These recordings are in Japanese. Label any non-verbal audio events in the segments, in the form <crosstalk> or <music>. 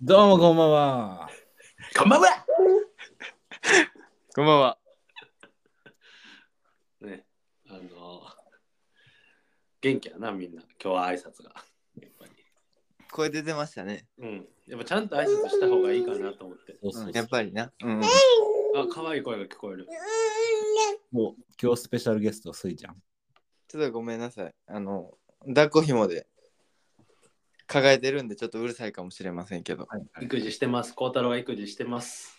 どうもこんばんは。こんばんは。こんばんは。ね、あのー元気やな、みんな。今日は挨拶が。やっぱり。声出てましたね。うん。やっぱちゃんと挨拶した方がいいかなと思って。そうそうそうやっぱりな。うん。あ、可愛い声が聞こえる。もう今日スペシャルゲスト、スイちゃん。ちょっとごめんなさい。あの、抱っこ紐で抱えてるんで、ちょっとうるさいかもしれませんけど。育児してます。孝太郎は育児してます。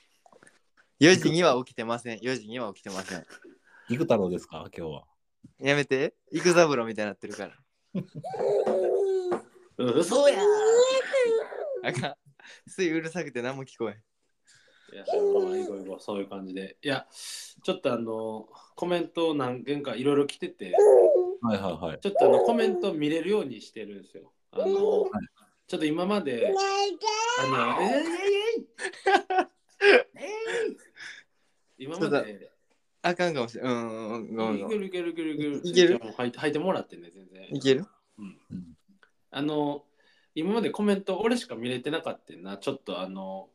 4時には起きてません。4時には起きてません。いく太郎ですか今日は。やめて。育三郎みたいになってるから。うそやあかん。すいうるさくて何も聞こえん。いや、まあいいごいごそういう感じで。いや、ちょっとあの、コメント何件かいろいろ来てて、はいはいはい。ちょっとあのコメント見れるようにしてるんですよ。あの、ちょっと今まで、あの、えいえい <laughs> えいえい今まそうだで、あかんかもしれん。うんうんうん。ごめんいごけめんるいけるいけるいける。いけるもう入って入ってもらってね、全然。いけるあの、今までコメント俺しか見れてなかったな。ちょっとあの、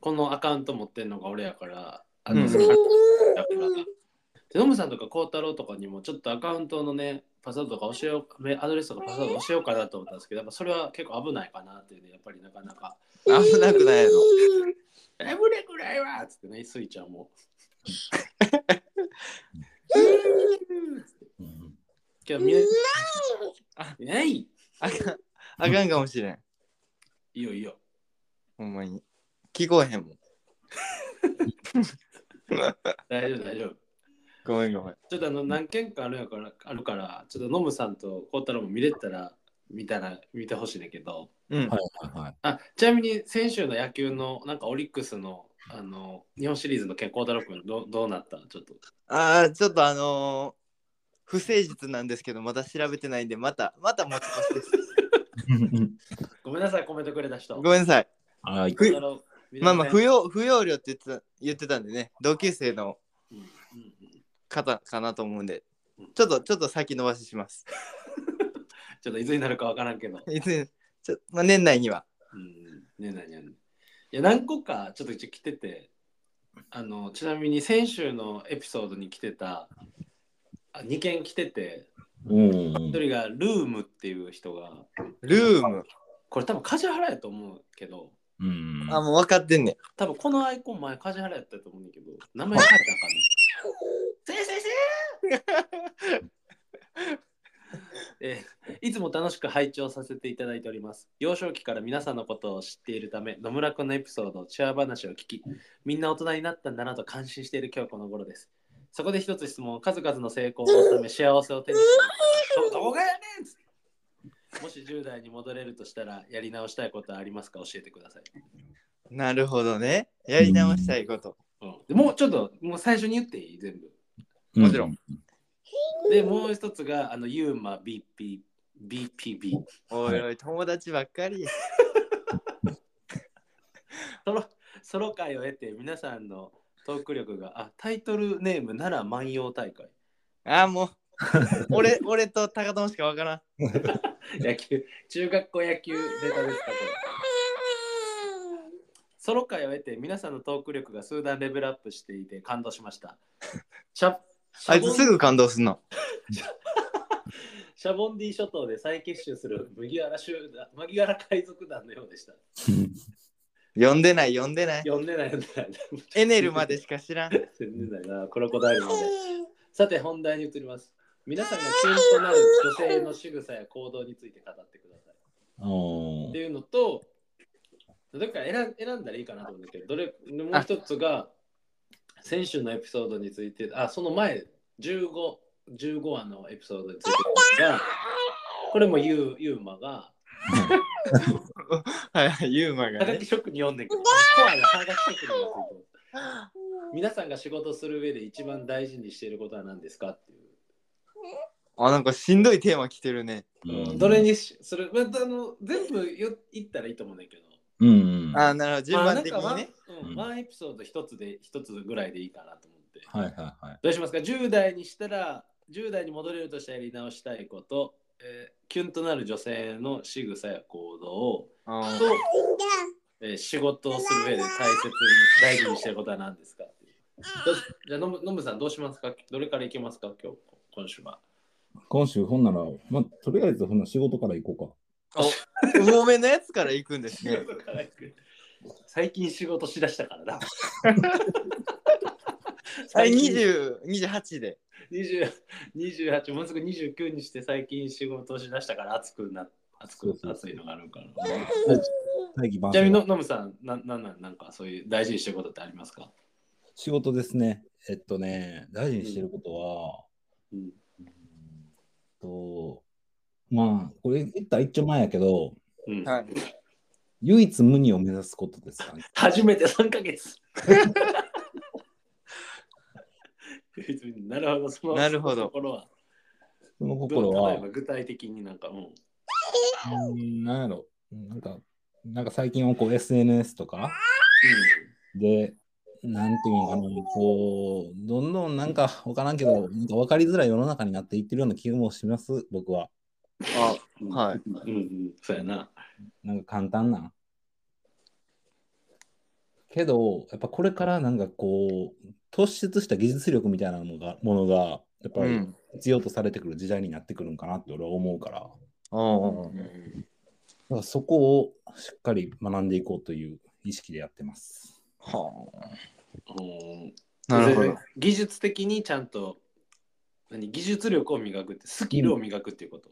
このアカウント持ってんのが俺やから、あの、うんだから。でノムさんとかコウタロウとかにもちょっとアカウントのね、パスワードとか教えよう、メアドレスとかパスワード教えようかなと思ったんですけど、やっぱそれは結構危ないかなっていうね、やっぱりなかなか。危なくないの。危ないくらいはっつってね、スイちゃんも。うんけど見れないいあかん。あかんかもしれん。いよいいよ。ほんまに。聞こえへんもん。大丈夫大丈夫。ごめんごめん。ちょっとあの何件かあるやから、あるから、ちょっとノムさんとコウタロウも見れたら、見たら見てほしいねんだけど。うん。はいはいはい。あ、ちなみに先週の野球の、なんかオリックスの、あの、日本シリーズの件、コウタロウ君どう、どうなったちょっと。ああ、ちょっとあのー不誠実なんですけど、まだ調べてないんで、また、また持ち越しです。ごめんなさい、コメントくれた人。ごめんなさい。はい。コウタロウ見れまあまませあ、ん不要、不要量って言ってた言ってたんでね、同級生のうんうんうん方かなと思うんでうん、ちょっと、ちょっと先延ばしします。 <laughs> ちょっといつになるかわからんけど。いつ、ちょまあ、年内には。うん、ね何やねんいや何個かちょっと一応来ててあのちなみに先週のエピソードに来てたあ2件来ててうん。 1人がルームっていう人がルーム。これ多分梶原やと思うけどうん。あ、もう分かってんねん。多分このアイコン前梶原やったと思うんだけど名前変えたらあかんね先生えーいつも楽しく拝聴させていただいております。幼少期から皆さんのことを知っているため、野村君のエピソード、チア話を聞き、みんな大人になったんだなと感心している今日この頃です。そこで一つ質問、数々の成功のため幸せを手にする。どどこがやねんっつってもし10代に戻れるとしたら、やり直したいことはありますか教えてください。なるほどね。やり直したいこと。うんで、もうちょっと、もう最初に言っていい全部。うんもちろん。で、もう一つが、あの、ユーマ BP、BPB。おいおい、友達ばっかり。ソロソロ会を得て皆さんのトーク力があタイトルネームなら万葉大会あー、もう。俺、俺と高友しか分からん。野球中学校野球ネタですかこれソロ会を得て皆さんのトーク力が数段レベルアップしていて感動しましたシャシあャいボンつすぐ感動すんの。シャボンディ諸島で再結集する麦わら集団麦わら海賊団のようでした読んでない、読んでない。読んでない読んでないエネルまでしか知らん。読んでないなクロコダイルまでさて本題に移ります皆さんがキュンとなる女性の仕草や行動について語ってくださいおっーていうのと、どれか選選んだらいいかなと思うんだけど、どれもう一つが、先週のエピソードについて、あ、その前、15、15話のエピソードについてが、これもユーユーマが、はいはい、ユーマはががねき。職人読んでんけど、コアなはがき職人がついてます皆さんが仕事する上で一番大事にしていることは何ですかっていう。あ、なんかしんどいテーマ来てるね。うんどれにしする、まあ、あの全部よ言ったらいいと思うんだけど。うん。あはー、なるほど、順番的まあになんねか。ワンうん、ワンエピソード一つで一つぐらいでいいかなと思って。いはいはい。どうしますか ?10 代にしたら、10代に戻れるとしたらやり直したいこと、えーキュンとなる女性の仕草や行動を、うんと、えー仕事をする上で大切に大事にしてることは何ですかどうしじゃあのむのむさんどうしますかどれからいきますか今日今週は今週、ほんなら、まあ、とりあえず、ほんなら仕事から行こ多めのやつから行くんで <laughs> すね。最近仕事しだしたからだ <laughs> はい、20 28で。 20 28もうすぐ29にして最近仕事をしだしたから暑くな暑くそうそう暑いのがあるからうか。大義ちなみにののむさんななんなんなんかそういう大事にしてることってありますか、仕事ですね。えっとね、大事にしてることは、うん、うーんと、まあ、これ言ったら一丁前やけど、うんはい。唯一無二を目指すことですかね。初めて3ヶ月別になるほどそのなるほそのとどころはその心どう例えはば、具体的になんかうんうーんなんやろ、なんか、なんか最近はこう SNS とかで、なんていうのかな、こう、どんどんなんかわからんけど、なんか分かりづらい世の中になっていってるような気もします、僕は。あ、うんはいうんうんそうやななんか簡単な。けど、やっぱこれからなんかこう、突出した技術力みたいなものが、ものがやっぱうりん。必要とされてくる時代になってくるんかなって俺は思うから、だかおーらそこをしっかり学んでいこうという意識でやってます。はうんあ。なるほいずどれ。技術的にちゃんと何技術力を磨くってスキルを磨くっていうこと、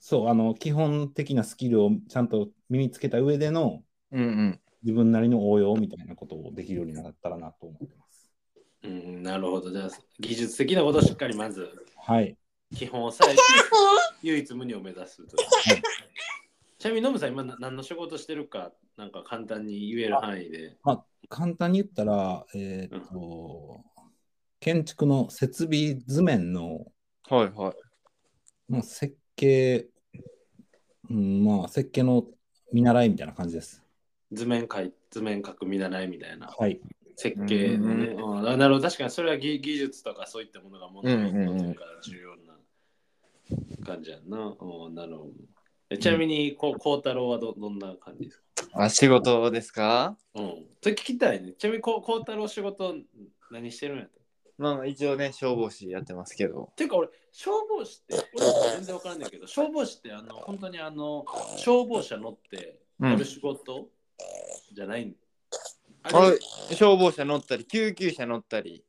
そう、あの、基本的なスキルをちゃんと身につけた上でのうんうん。自分なりの応用みたいなことをできるようになったらなと思ってます。うん、なるほど。じゃあ、技術的なことをしっかりまず、はい。基本を押さえて、唯一無二を目指すと。ちなみに、ノムさん、今な何の仕事してるか、なんか簡単に言える範囲で。簡単に言ったら、えーっと、建築の設備図面のはいはい。まあ、設計、うん、まあ、設計の見習いみたいな感じです。図面描い図面描く見習いみたいなはい。設計のね、ううんあなるほど確かにそれは技技術とかそういったものがものうんうんうんというか重要な感じやんな、うんなるほどえちなみにこう孝太郎はどどんな感じですか、あ、仕事ですかうん、それ聞きたいねちなみにこう孝太郎仕事何してるんやったまあ一応ね、消防士やってますけど。ていうか俺消防士って俺全然わからんないけど消防士ってあの本当にあの消防車乗ってうやるん。仕事、じゃないんああれ消防車乗ったり、救急車乗ったり。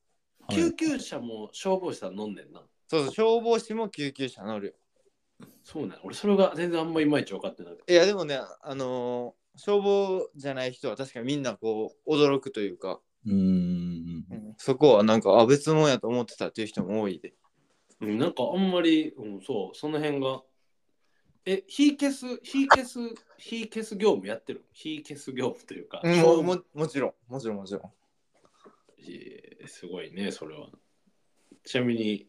はい救急車も消防士さん乗んねんなそうそう、消防士も救急車乗るよ。そうなん俺それが全然あんまいまいち分かってなくていや、でもね、あのー消防じゃない人は確かにみんなこう、驚くというか、うーん。そこはなんか、あ、別物やと思ってたっていう人も多いで。うんなんかあんまり、うん、そうその辺がえ火消す火消す火消す業務やってる火消す業務というか、うん、消防もももちろん、もちろん、もちろん。えーすごいねそれはちなみに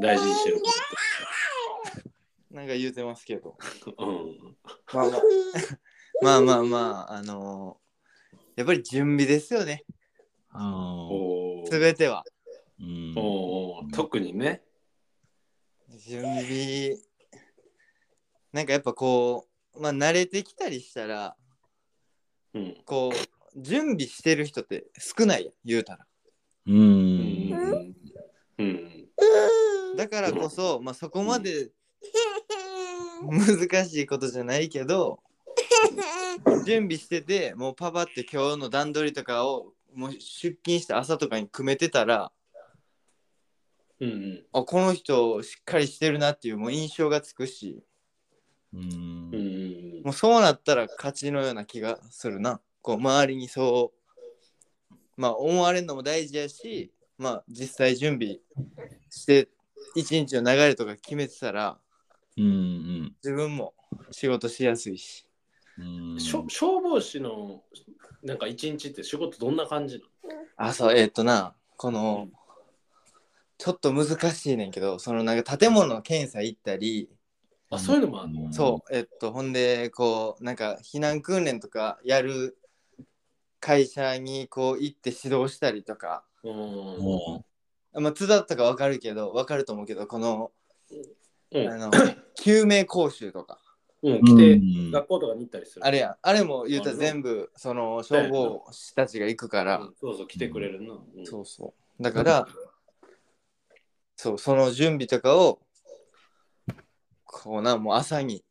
大事にしてるこなんか言うてますけど。とってうんまあまあ、 <laughs> まあまあ、まあ、あのーやっぱり準備ですよね、ああ。おすーべては。うんおー特にね準備、なんかやっぱこう、まあ慣れてきたりしたら、うんこう、準備してる人って少ないやん言うたら。う。うんんうんだからこそ、まあそこまで難しいことじゃないけど、準備してて、もうパパって今日の段取りとかを、もう出勤して朝とかに組めてたら、うんあこの人しっかりしてるなっていうもう印象がつくしう。うんんもうそうなったら勝ちのような気がするなこう周りにそうまあ思われるのも大事やしまあ実際準備して一日の流れとか決めてたらうん。自分も仕事しやすいしうん。しょ消防士のなんか一日って仕事どんな感じなのあそうえーっとなこのちょっと難しいねんけどそのなんか建物の検査行ったりあそういうのもあんのそう、えっと、ほんで、こう、なんか避難訓練とかやる会社にこう行って指導したりとか、うんおまあ、津田とかわかるけど、わかると思うけど、この、 <coughs> うんあの、救命講習とか、うん、来て、うん学校とかに行ったりする。あれやんあれも言うたら全部その消防士たちが行くかうらん、そうそう、来てくれるな。うんそうそうだからそうその準備とかをこうなもう朝に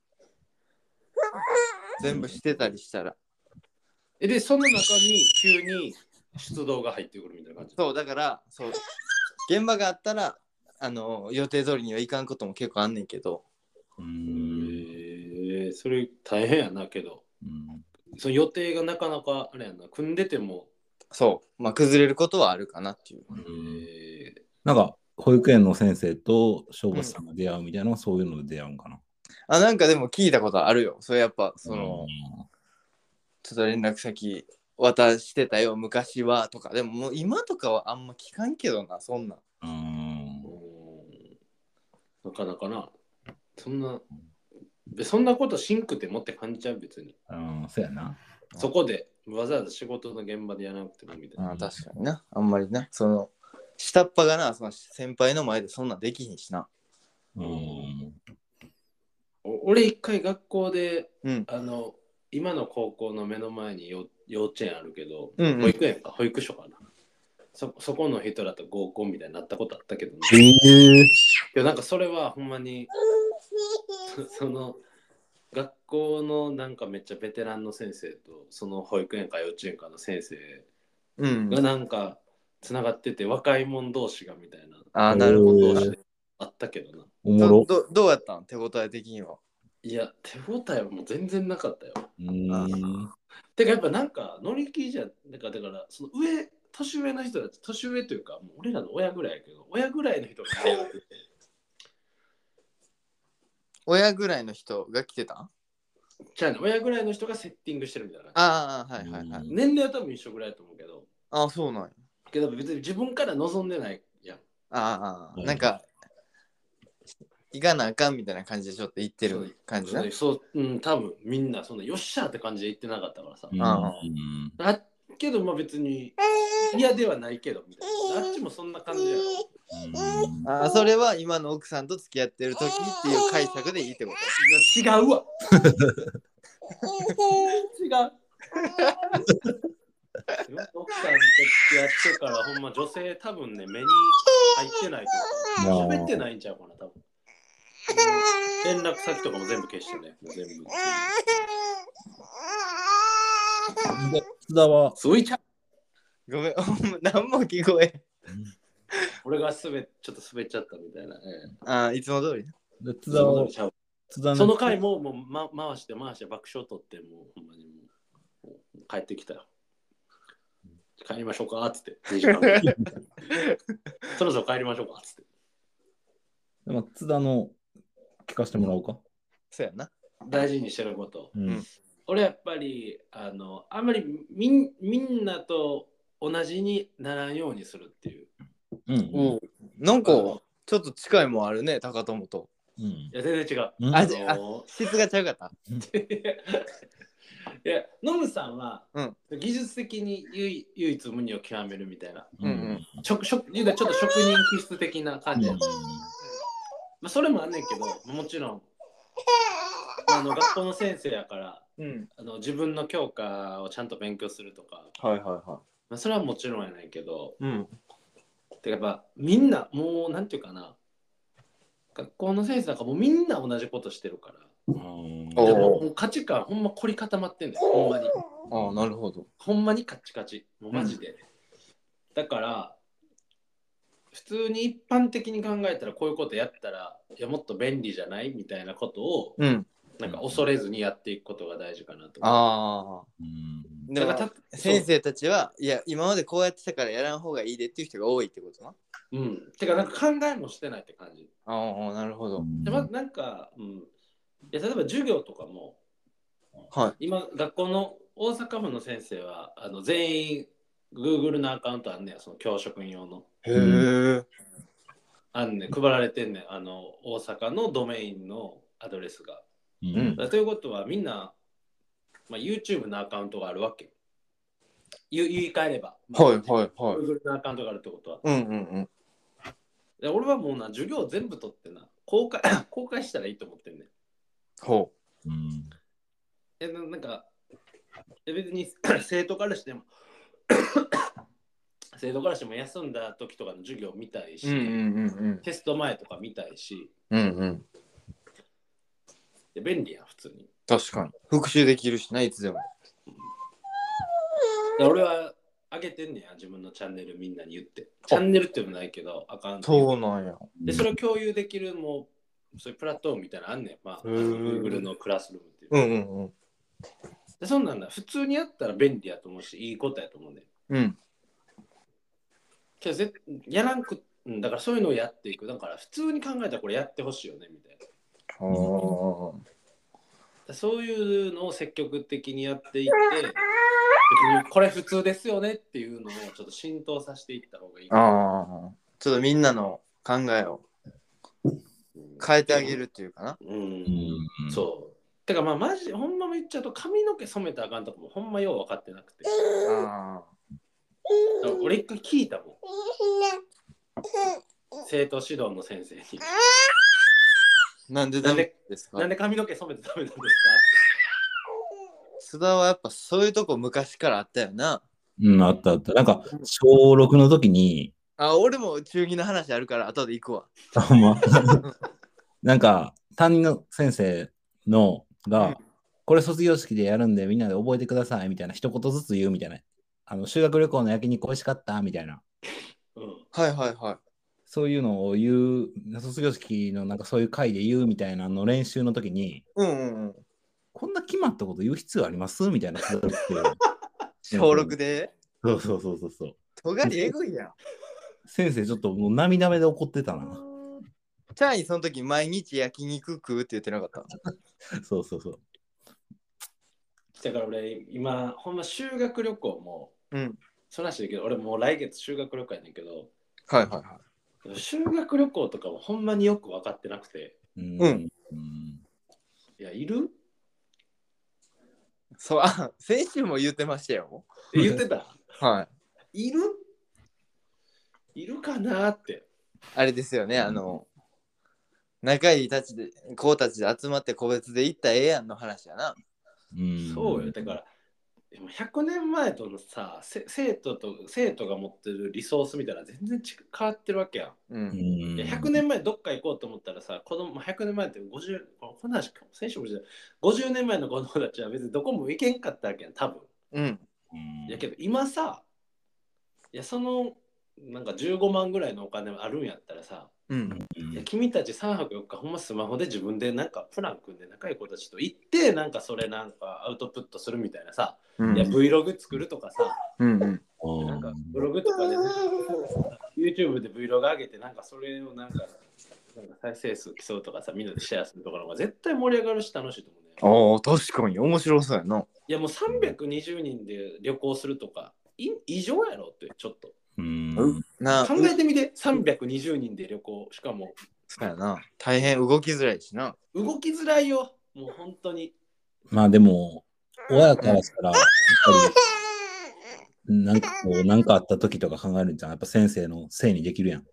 全部してたりしたらえで、その中に急に出動が入ってくるみたいな感じ。そうだからそう現場があったらあの予定通りにはいかんことも結構あんねんけどうんへえそれ大変やなけど、うんその予定がなかなかあれやな、組んでても、そうまあ崩れることはあるかなっていうえーなんか保育園の先生と消防士さんが出会うみたいな、そういうので出会うんかな。あなんかでも聞いたことあるよそれやっぱその、うんちょっと連絡先渡してたよ昔はとかでももう今とかはあんま聞かんけどなそんなんうんうんなかなかな、そんな、でそんなことしんくてもって感じちゃう、別に。うん、そうやな。そこでわざわざ仕事の現場でやらなくてもみたいな。あ確かになあんまりなその下っ端がなその先輩の前でそんなんできひんしなうん。お俺一回学校で、うんあの今の高校の目の前によ幼稚園あるけど、うんうん保育園か保育所かなそそこの人らと合コンみたいになったことあったけど、ね、いえやなんかそれはほんまにそその学校のなんかめっちゃベテランの先生とその保育園か幼稚園かの先生うんがなんかつながってて若い者同士がみたいなあーなるほおどー同士であったけどなおもどろ。どどうやったん手応え的にはいや手応えはもう全然なかったようん。てかやっぱなんか乗り気じゃなんかだからその上年上の人たち年上というかもう俺らの親ぐらいやけど親ぐらいの人が盛り上がってて親ぐらいの人が来てたんじゃあね親ぐらいの人がセッティングしてるみたいなああはいはいはういん年齢は多分一緒ぐらいだと思うけどああそうなんやけど別に自分から望んでないやんあうーあーんなんか行かなあかんみたいな感じでちょっと行ってる感じそなうそううん多分みんなそんなよっしゃーって感じで言ってなかったからさ、あうんあけどまあ別に嫌ではないけどみたいなあっちもそんな感じやろうんあーそれは今の奥さんと付き合ってる時っていう解釈でいいってこといや違うわ違う奥さんと付き合ってからほんま女性多分ね目に入ってないというかなあ喋ってないんちゃうかな多分連絡先とかも全部消してねもう全部で津田は、ついちゃうごめん、 <laughs> 何も聞こえ俺がすべちょっと滑っちゃったみたいな、えん。ああ、いつも通り。でえ津田は、ちゃう津田その回ももう、ま、回して回して爆笑取ってもうほんまにもう帰ってきたよ帰りましょうかっつって2時間ぐ <laughs> らいそろそろ帰りましょうかっつってでも津田の聞かせてもらおうか。そうやな。大事にしてることうん。俺やっぱりあのあんまりみんみんなと同じにならんようにするっていううん。なんか、あちのょっと近いもんあるね、高友と。うんいや全然違ううんああじゃの質が違うかった。いやノムさんは、うん技術的に唯一唯一無二を極めるみたいなうんうん職職言うたらちょっと職人気質的な感じやな、まあ、それもあんねんけどもちろんあの学校の先生やからうん。あの自分の教科をちゃんと勉強するとか、はいはいはまあ、それはもちろんやないけどい。うん。てかやっぱみんなもうなんていうかな学校の先生なんかもうみんな同じことしてるからうんおでうももう価値観ほんま凝り固まってんだよほんまにああ、なるほど。ほんまにカッチカチもうマジで、だから普通に一般的に考えたらこういうことやったらいやもっと便利じゃないみたいなことをうん。なんか恐れずにやっていくことが大事かなと思うああ。うんでだからも、た先生たちは、いや、今までこうやってたからやらん方がいいでっていう人が多いってことな。うんてかなんか考えもしてないって感じああ、なるほど。でまなんか、うん、いや例えば授業とかもは今学校の大阪府の先生はあの全員 Google のアカウントあんねやその教職員用のい。へえ。あんねん配られてんねんあの大阪のドメインのアドレスがうんうんだということはみんな、まあ、YouTube のアカウントがあるわけ言う言い換えれば、まあはいはいはい。 Google のアカウントがあるってことはうんうんうん。で <coughs> 俺はもうな授業全部取ってな公開公開したらいいと思ってんねんほうんえななんかえ別に <clears throat> 生徒からしても <clears throat> 生徒からしても休んだ時とかの授業見たいし、うんうんテスト前とか見たいしうんうんうんで便利やん普通に確かに復習できるしないつでもで俺はあげてんねや自分のチャンネルみんなに言ってチャンネルっていうのないけどアカウントそうなんやでそれを共有できるもうそういうプラットフォームみたいなのあんねんまあへー Google のクラスルームっていう、うんうんうんでそんなんだ普通にやったら便利やと思うしいいことやと思うねんうんけどぜやらんくうんだからそういうのをやっていくだから普通に考えたらこれやってほしいよねみたいなあーそういうのを積極的にやっていって、別にこれ普通ですよねっていうのをちょっと浸透させていった方がいい。あーちょっとみんなの考えを変えてあげるっていうかなう。うんんそう。てかまあマジ、ほんまも言っちゃうと髪の毛染めたらあかんとかもほんまよう分かってなくて。あだから俺一回聞いたもん。生徒指導の先生に。ーなんでなダんメでですかなんで髪の毛染めてダメなんですか津田はやっぱそういうとこ昔からあったよなうん、あったあった。なんか、小6の時に、あ俺も中二の話あるから後で行くわあほん <laughs> まなんか、担任の先生のうんが、これ卒業式でやるんで、みんなで覚えてくださいみたいな、一言ずつ言うみたいな。あの修学旅行の焼肉美味しかったみたいな。うん。はいはいはいそういうのを言う、卒業式のなんかそういう会で言うみたいなの練習の時に、うんうんうんこんな決まったこと言う必要ありますみたいな。そう <laughs> 小6でそうそうそうそうそう。尖りえぐいやん先生、ちょっともう涙目で怒ってたな。 <laughs> チャイその時毎日焼肉食うって言ってなかったそうそうそう。だから俺今、ほんま修学旅行も、うんそんな話だけど、俺もう来月修学旅行やねんけど、はいはいはい修学旅行とかもほんまによく分かってなくて、うんうんうんいや、いるそうあ先週も言ってましたよえ言ってた。 <laughs> はいいるいるかなって。あれですよねあの仲いいたちで子たちで集まって個別で行ったらええやんの話やなうんそうよ。だから、でも100年前とのさ、せ生徒と生徒が持ってるリソースみたいなの全然ち変わってるわけやうんうんん。んいや100年前どっか行こうと思ったらさ、子供まあ100年前って50、ここんな話かも、先週も言ってた50年前の子供たちは別にどこも行けんかったわけやん、多分。うんいやけど今さ、いやそのなんか15万ぐらいのお金あるんやったらさ、うんいや君たち3泊4日ほんまスマホで自分でなんかプラン組んで仲いい子たちと行ってなんかそれなんかアウトプットするみたいなさ、うんいや Vlog 作るとかさ、うんうんなんかブログとかで、YouTube で Vlog 上げてなんかそれをなんかなんか再生数競うとかさみんなでシェアするとかの方が絶対盛り上がるし楽しいと思うね。ああ確かに面白そうやないやもう320人で旅行するとかい異常やろってちょっと。うんな考えてみて320人で旅行しかもそうやな大変動きづらいしな動きづらいよもう本当にまあでも、親からしたら、やっぱり、なんかこう、なんかあった時とか考えるんじゃん。やっぱ先生のせいにできるやん。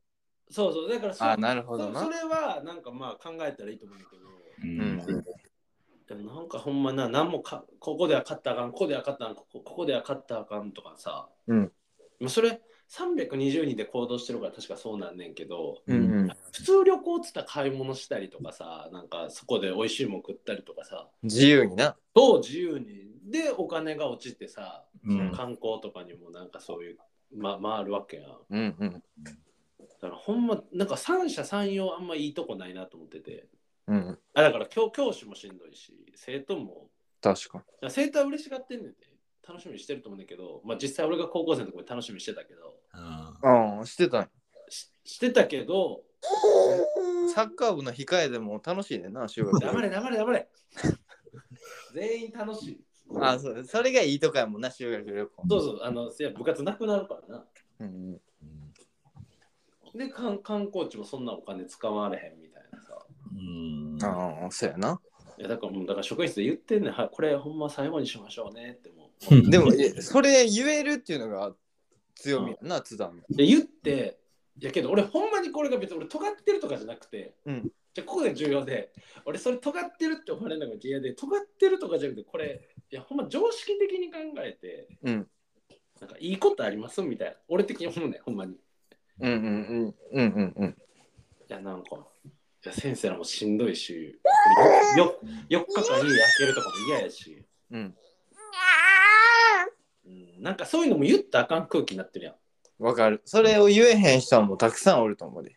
そうそうだからそあなるほどそなそれはなんかまあ考えたらいいと思うんだけどううんでもなんかほんまな何もかここでは勝ったらあかんここでは勝ったらあかんここここでは勝ったらあかんとかさ、うんもうそれ320人で行動してるから確かそうなんねんけどうんうん普通旅行っつったら買い物したりとかさなんかそこで美味しいもん食ったりとかさ自由になどう自由にでお金が落ちてさ、うんその観光とかにもなんかそういう、ま、回るわけやんうんうんだからほんまなんか三者三様あんまいいとこないなと思っててうんあだから教教師もしんどいし生徒も確かにだから生徒は嬉しがってんねんで楽しみにしてると思うんだけど、まあ、実際俺が高校生の時も楽しみにしてたけどああああしてたんやししてたけどサッカー部の控えでも楽しいねんな修学旅黙行れ黙れ黙れ全員楽しいあそうそれがいいとかやもんな修学旅行そうそうあのいや部活なくなるからなうんうんで観観光地もそんなお金使われへんみたいなさうん。ああそうやないやだからもうだから職員室で言ってんねんはいこれほんま最後にしましょうねってもううん <laughs> でもえそれ言えるっていうのが強みやな津田ので言ってやけど俺ほんまにこれが別に俺尖ってるとかじゃなくて、うんじゃあここが重要で俺それ尖ってるって思われるのが嫌で尖ってるとかじゃなくてこれいやほんま常識的に考えてうんなんかいいことありますみたいな俺的に思うねほんまにいうんうんうんうんうんうんやなんかいや先生らもしんどいしよ4日間家やってるとかも嫌やし、うんうん、なんかそういうのも言ったらあかん空気になってるやんわかるそれを言えへん人はもうたくさんおると思うで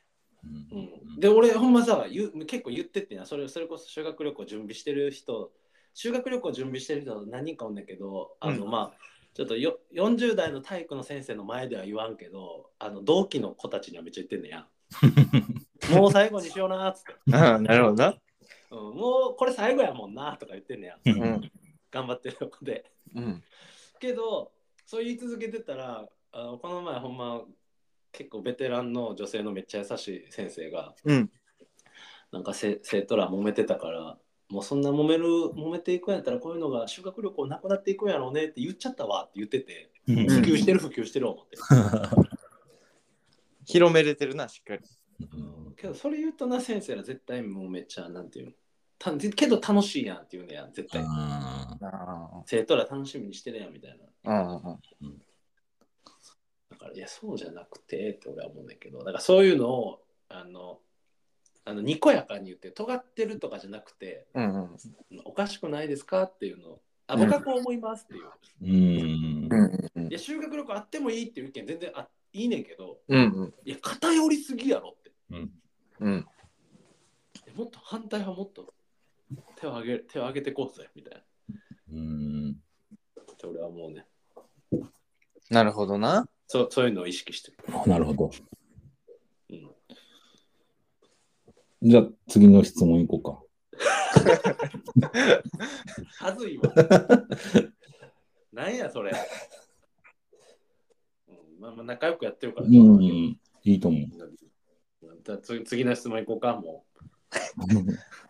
うんうんで俺ほんまさ言う結構言ってってなそれそれこそ修学旅行準備してる人修学旅行準備してる人何人かおんねんけどあの、うんまあちょっとよ40代の体育の先生の前では言わんけどあの同期の子たちにはめっちゃ言ってんねやもう最後にしようなーっつって、ああなるほどなうん、もうこれ最後やもんなーとか言ってんねやうん頑張ってる子でうんけどそう言い続けてたらあのこの前ほんま結構ベテランの女性のめっちゃ優しい先生がうんなんかせ生徒ら揉めてたからもうそんな揉める揉めていくんやったらこういうのが修学旅行なくなっていくんやろうねって言っちゃったわって言っててうん普及してる普及してる思って、広めれてるなしっかりけどそれ言うとな先生ら絶対もうめっちゃなんていうのたけど楽しいやんって言うねやん絶対あああ生徒ら楽しみにしてるやんみたいなあだからいやそうじゃなくてって俺は思うんだけどだからそういうのをあのあのにこやかに言って尖ってるとかじゃなくてうんうんおかしくないですかっていうのをあうん僕はこう思いますっていう、ーうんう。んうんいや修学旅行あってもいいっていう意見全然あいいねんけどうんいや偏りすぎやろってうんうんいやもっと反対派もっと手を挙げ手を挙げてこうぜみたいなうん。って俺はもうねなるほどなそうそういうのを意識してる、なるほど。うん、じゃあ次の質問いこうか。はずい <laughs> わ。なんやそれ。うん、まあまあ仲良くやってるから。うんうん、いいと思う。じゃあ次次の質問いこうかも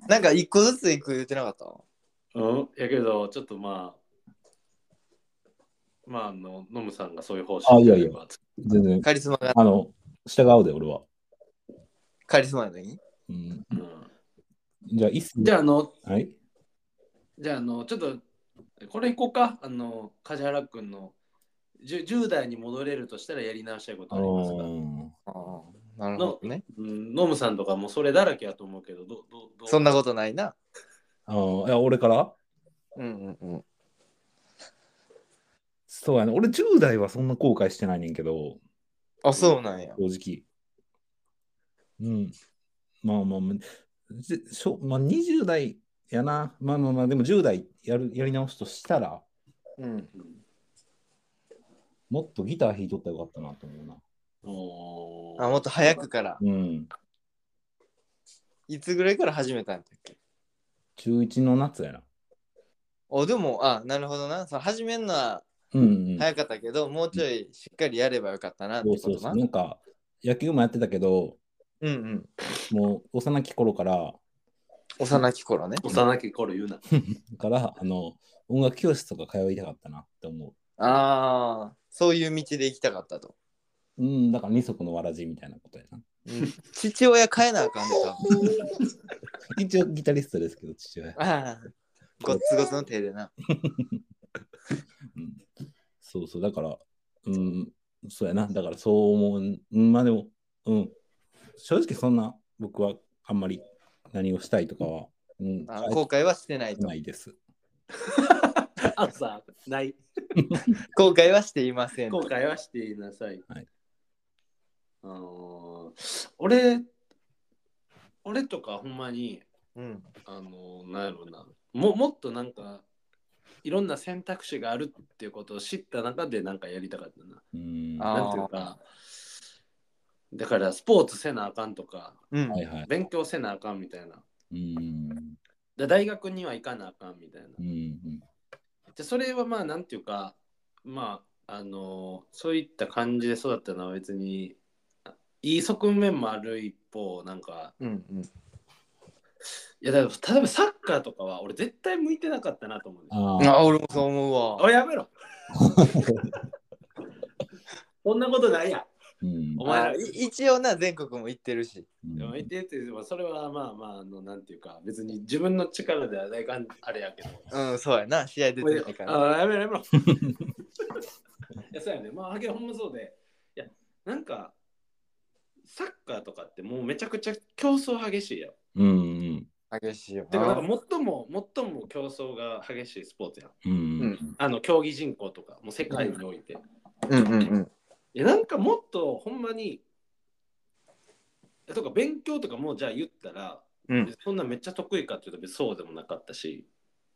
なんか一個ずつ一個言ってなかったう。うん。やけどちょっとまあまああのノムさんがそういう方針あいやいやであれば全然、カリスマがあの、従うで俺は。カリスマやのにうん、うじゃあ、いっすん、じゃああのはい。じゃああのちょっとこれいこうかあの梶原君の 10, 10代に戻れるとしたらやり直したいことあありますか、のああなるほどねうん、ノムさんとかもそれだらけやと思うけどどどどうそんなことないなあのいや俺からうんうんうんそうやね。俺10代はそんな後悔してないねんけど、あそうなんや正直。うん。まあまあまあ、ぜしょまあ、20代やな。まあまあまあ、でも10代やるやり直すとしたら、うんもっとギター弾いとったらよかったなと思うな。おーあもっと早くからうん。いつぐらいから始めたんだっけ中1の夏やな。おでもあなるほどなそう始めるのはうん、うん。早かったけど、もうちょいしっかりやればよかったなってそうことそなうそう。なんか、野球もやってたけど、うんうんもう幼き頃から、幼き頃ね幼き頃言うな。 <laughs> からあの音楽教室とか通いたかったなって思ああそういう道で行きたかったと、う。うん、だから二足のわらじみたいなことやな。うん、父親変えなあかんで多分一応ギタリストですけど、父親。ああごっつごつの手でなうん、そうそう、だから、うん、そうやな。だからそう思う。うんまあでも、うん。正直そんな僕はあんまり何をしたいとかは、うん、あ後悔はしてないとないです。あさ、ない。後悔はしていません後悔はしていなさい。はいあのー俺、俺とかほんまに、うんあのーなんやろうなも、もっとなんか、いろんな選択肢があるっていうことを知った中でなんかやりたかったな。うん。あはーなんていうか、だからスポーツせなあかんとか、うん、いはい。勉強せなあかんみたいな。うん。だ大学には行かなあかんみたいな。うん。うんでそれはまあなんていうかまああのそういった感じで育ったのは別にあいい側面もある一方なんかうんうんいやだから例えばサッカーとかは俺絶対向いてなかったなと思うんですよああ。あ俺も <laughs> そう思うわおいやめろそんなことないやうんお前らあい一応な全国も行ってるしでもう言っんてって、まあ、それはまあまあ、あの、なんていうか、別に自分の力ではないかん、あれやけど。うんそうやな試合出てないからああ、やめろ <laughs> やめろ。いや、そうやね。まあ、あけほんまそうで。いや、なんか、サッカーとかってもうめちゃくちゃ競争激しいやん。うん激しいよてか、ななんか最も、最も競争が激しいスポーツやん。うんうんあの、競技人口とか、もう世界において。うんうんうんいやなんかもっとほんまにいやとか勉強とかもじゃあ言ったら、うん別にそんなめっちゃ得意かっていうと別にそうでもなかったし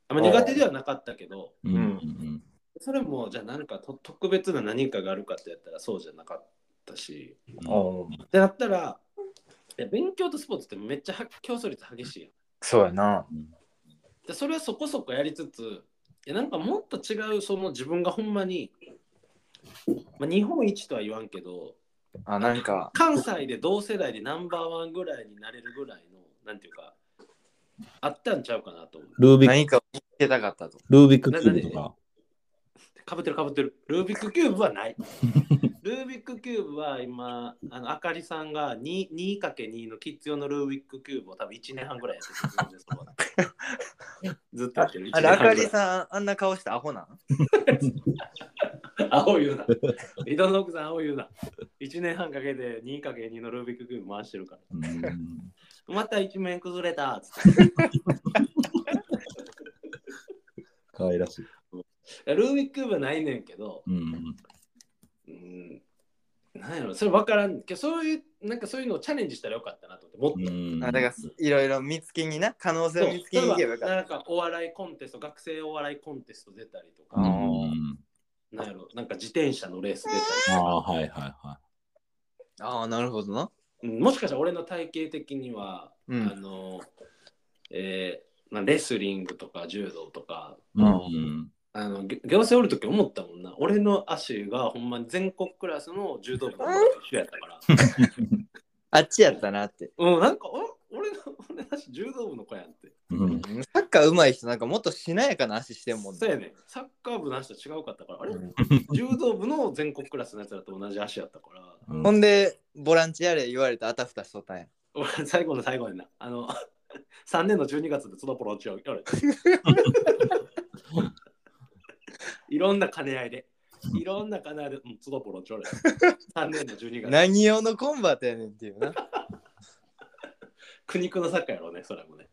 あんま苦手ではなかったけどうんうんそれもじゃあ何かと特別な何かがあるかってやったらそうじゃなかったしおーでだったらいや勉強とスポーツってめっちゃは競争率激しいやんそうやなでそれはそこそこやりつついやなんかもっと違うその自分がほんまに、まあ、日本一とは言わんけどあなんか関西で同世代でナンバーワンぐらいになれるぐらいのなんていうかあったんちゃうかなと思うルービック何かを見つけたかったとルービックキューブとか。かぶってるかぶってるルービックキューブは <laughs> ないルービックキューブは今あのあかりさんが 2×2 のキッズ用のルービックキューブを多分1年半ぐらいやってるんです <laughs> けどずっとやってるあれあかりさんあんな顔してアホなんん青言うな井戸の奥さん青言うな1年半かけて 2×2 のルービックキューブ回してるからうんまた一面崩れたっつって可愛らしい。いやルービックキューブはないねんけどうんうんなんやろそれ分からんけどそういうなんかそういうのをチャレンジしたらよかったなと思ってもっと、うんあだからいろいろ見つけにな可能性そうを見つけに行けばよか例えばっなんかお笑いコンテスト学生お笑いコンテスト出たりとうか、んなんやろなんか自転車のレース出たりとあか、あ、はいはいはたああなるほどなうんもしかしたら俺の体型的には、うんあのえーまあレスリングとか柔道とかい。うんあのげ行政おる時思ったもんな俺の足がほんまに全国クラスの柔道部の一緒やった <laughs> からあっちやったなってうん、なんか、お俺の、俺だし柔道部の子やんって。うんサッカー上手い人なんかもっとしなやかな足してんもんそうやねんサッカー部の足と違うかったから、あれ、うん柔道部の全国クラスのやつらと同じ足やったから、うんほんでボランチやれ言われてあたふたしとったんや俺、最後の最後にな、あの、3年の12月でそのポロチをやる。 <laughs> いろんな兼ね合いで。いろんな兼ね合いで、うん、つどポロチョレ。3年の12月。何用のコンバートやねんっていうな苦肉のサッカーやろうね、それもね。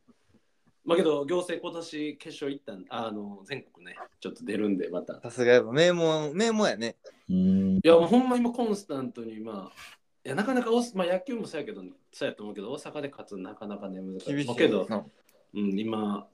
まあけど、行政今年決勝行ったんあの、全国ね、ちょっと出るんで、またさすがやっぱ名門名門やねうんいや、もうほんま今コンスタントに、まあ、いやなかなかお、まあ、野球もそうやけど、そうやと思うけど、大阪で勝つのなかなかね、難しい。厳しまいあけど、なうん、今、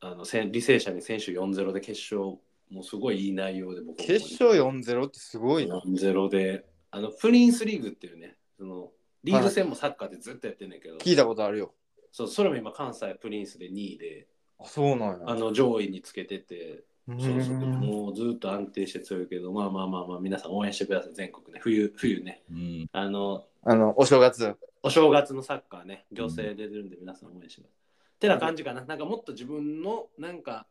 あのせん履正社に選手4-0で決勝、もうすごいいい内容で僕も決勝4-0ってすごいな4-0で、あの、プリンスリーグっていうね、その、リーグ戦もサッカーでずっとやってんねんけど、聞いたことあるよそうそれも今、関西プリンスで2位で、あそうなんやあの、上位につけてて、そううそうーんもうずっと安定して強いけど、まあまあまあまあ、皆さん応援してください、全国ね、冬、冬ね、うんあの、あのお正月お正月のサッカーね、行政で出るんで皆さん応援してください。ってな感じかな。なんかもっと自分の、なんか、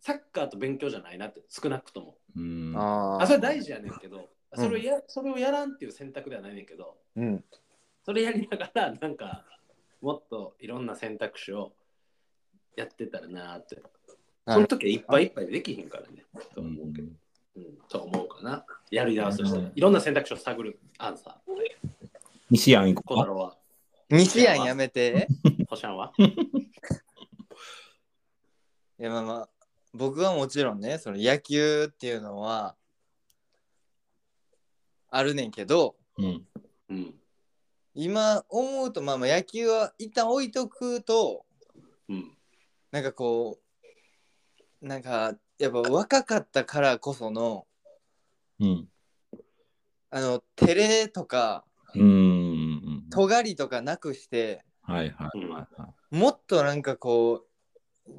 サッカーと勉強じゃないなって、少なくとも。うんああ、あそれ大事やねんけど、うんそれをやそれをやらんっていう選択ではないねんけど、うんそれやりながら、なんか、もっといろんな選択肢をやってたらなーって。なそのる時はいっぱいいっぱいできひんからね。とう思うけどん。うん、と思うかな。やり直すとしたら、いろんな選択肢を探るアンサー。西安行小太こ郎は、西やんやめて星ちゃんは。いやまあまあ僕はもちろんねその野球っていうのはあるねんけどう。うんうん。今思うとまあまあ野球は一旦置いとくとうん。なんかこうなんかやっぱ若かったからこそのうんあの照れとかうん。尖りとかなくしてはいはいはいはい。もっとなんかこう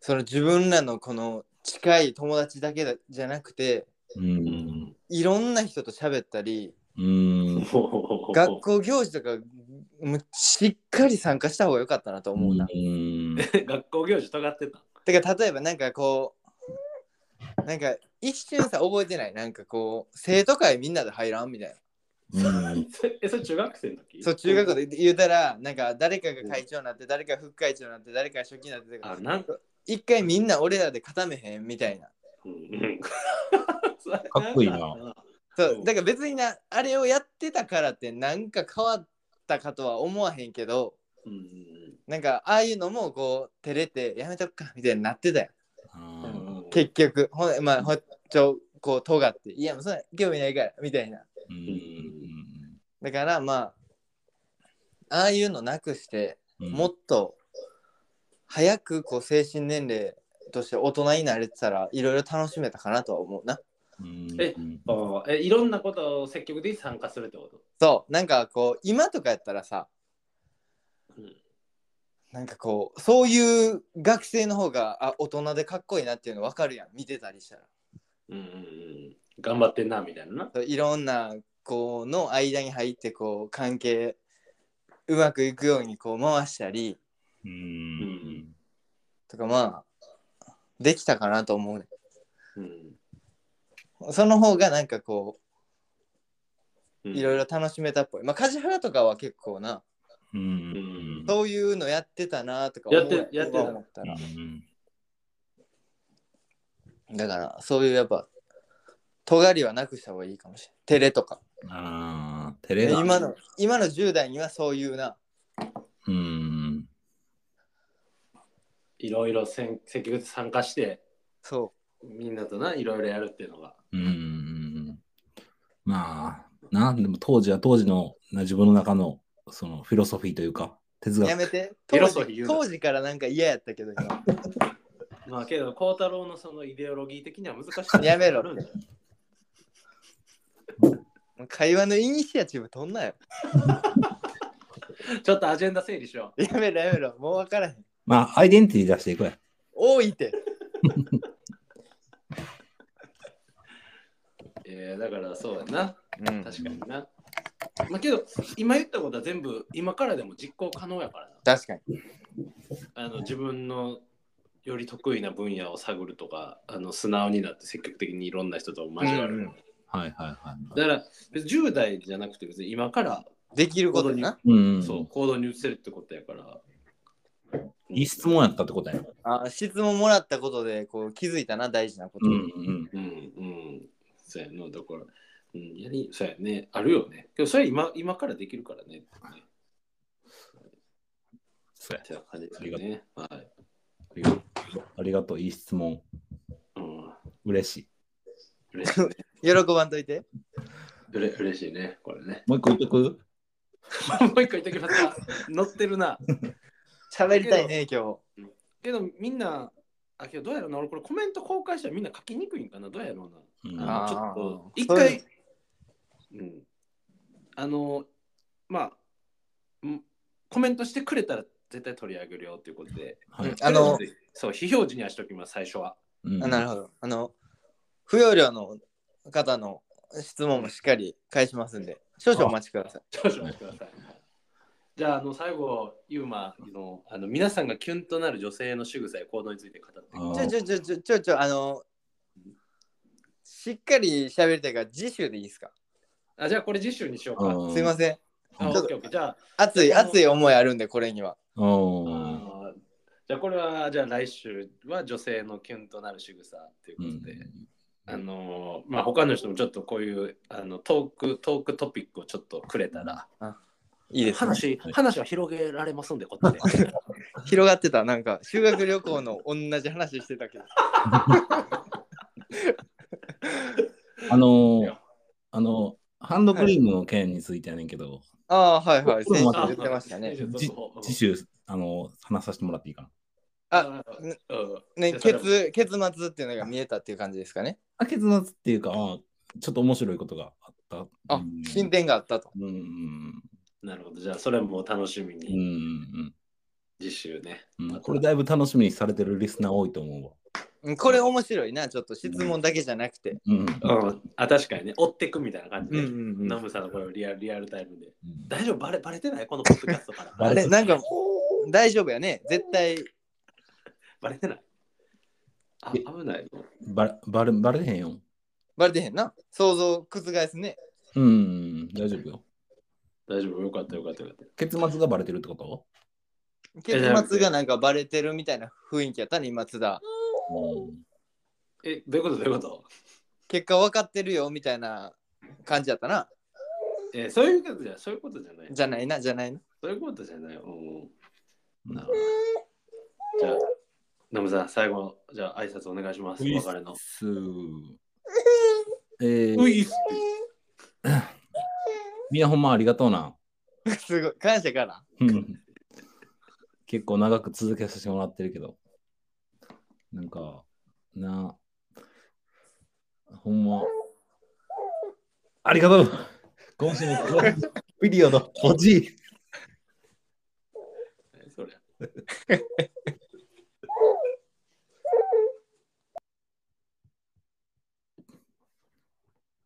その自分らのこの近い友達だけだじゃなくてうん。いろんな人と喋ったりうん。学校行事とかもうしっかり参加した方が良かったなと思うな。うん。 <laughs> 学校行事とがってた。てか例えばなんかこうなんか一瞬さ覚えてないなんかこう生徒会みんなで入らんみたいなうん。え、それ中学生の時そう中学校で言うたらなんか誰かが会長になって誰か副会長になって誰か書記になってあ、なんか、一回みんな俺らで固めへんみたいなうんうん、かっこいいなそううんだから別になあれをやってたからってなんか変わったかとは思わへんけどうんうんなんかああいうのもこう照れてやめとくかみたいになってたようあん。結局ほんまあほっちょこう尖っていやもうそんな興味ないからみたいなーうんだからまあああいうのなくしてうんもっと早くこう精神年齢として大人になれてたらいろいろ楽しめたかなとは思うなうんえあーえ、いろんなことを積極的に参加するってことそうなんかこう今とかやったらさうんなんかこうそういう学生の方があ大人でかっこいいなっていうの分かるやん見てたりしたらうんうんうん。頑張ってんな、みたいなな。そういろんな子の間に入ってこう関係うまくいくようにこう回したりうんとかまあできたかなと思うねうん。その方がなんかこううんいろいろ。楽しめたっぽいまあ梶原とかは結構なうんうんうんそういうのやってたなとかやって思うやってた思ったらうんだからそういうやっぱ尖りはなくした方がいいかもしれない照れとかあー照れが今の今の10代にはそういうなうんいろいろせん積極的に参加して、そうみんなとないろいろやるっていうのが。うんまあなでも当時は当時のな自分の中のそのフィロソフィーというか哲や学めてエ当ロそうに言時うな当時からなんか嫌やったけど今まあけど、孝太郎のそのイデオロギー的には難しい。やめろあるんじゃないもう会話のイニシアチブ取んなよ <laughs> ちょっとアジェンダ整理しよやめろやめろもう分からへんまあアイデンティティ出していこうや多いてう。えー、だからそうやな。うん確かにな。まあけど、今言ったことは全部今からでも実行可能やからな。確かにあの自分のより得意な分野を探るとか、あの素直になって積極的にいろんな人と交わる。うんうんはいはいはいだから別に10代じゃなくて別に今から、できることになうんそう行動に移せるってことやから。いい質問やったってことやあ質問もらったことでこう気づいたな大事なこと、うんうんうん。そうやの、だから、うん、やり、そうやね、あるよね。けど、それは今今からできるからね。そうやってな感じですよね。はい。ありがとうありがとういい質問うん。嬉しい嬉しいね。喜ばんといてうれ嬉しいね、これね。 <laughs> もう一個言っとくもう一個言っときますか。乗ってるな。喋りたいね今日けど、みんな、あ、けどどうやろうな、俺これコメント公開したらみんな書きにくいんかな、どうやろううんな。あのあーちょっと、一そういう回、うん。あの、まあ、んコメントしてくれたら絶対取り上げるよっていうことで。はいあの、そう、非表示にはしときます、最初は。うんあなるほどあの不要量の方の質問もしっかり返しますんで少々お待ちください少々お待ちください。じゃあ、あの最後、ユーマのあの皆さんがキュンとなる女性の仕草や行動について語ってくださいあちょーちょちょちょちょちょあのしっかり喋りたいから次週でいいですかあじゃあ、これ次週にしようか。うんすいませんあオッケーオッケーじゃあ、熱いあの熱い思いあるんでこれにはうんあーじゃあこれは、じゃあ来週は女性のキュンとなる仕草といううことんで、あのーまあ他の人もちょっとこういうあのトーク、トークトピックをちょっとくれたら、いいです、ね、話、話は広げられますんで、こっちで。広がってたなんか修学旅行の同じ話してたけどあのーあのハンドクリームの件についてやねんけど、ああはいはい先週言ってまし <laughs> たねちょっとじ次週あの話させてもらっていいかなあうんねうんねじゃあそれも結結末っていうのが見えたっていう感じですかねあ結末っていうかあちょっと面白いことがあったあうん進展があったとうんうんなるほど、じゃあそれも楽しみうんうに、ん次週ね。うんうんこれだいぶ楽しみにされてるリスナー多いと思うわうんこれ面白いなちょっと質問だけじゃなくてうんうん、あ確かにね、追ってくみたいな感じで、んノムさんのこれをリアルリアルタイムで。うん大丈夫バレバレてないこのポッドキャストから。バあレれなんか大丈夫やね絶対バレてないあ危ないよ。バレバレバレてへんよ。バレてへんな。想像を覆すね。うん、大丈夫よ。大丈夫、よかったよかったよかっ結末がバレてるってこと結末がなんかバレてるみたいな雰囲気やったね、今津た。田。え、どういうことどういうこと結果分かってるよみたいな感じやったな。えそういうことじゃ、そういうことじゃない。じゃないな、じゃない <laughs> な。そういうことじゃない。うん。うんなるほどじゃあ、ノムさん、最後、じゃあ挨拶お願いします。おういっ別れの。す。えうー、いっすみんなほんまありがとうな。すごい。感謝から。うん結構長く続けさせてもらってるけど、なんか、な、ほんま、ありがとう今週の <laughs> ビデオの欲しいそれ。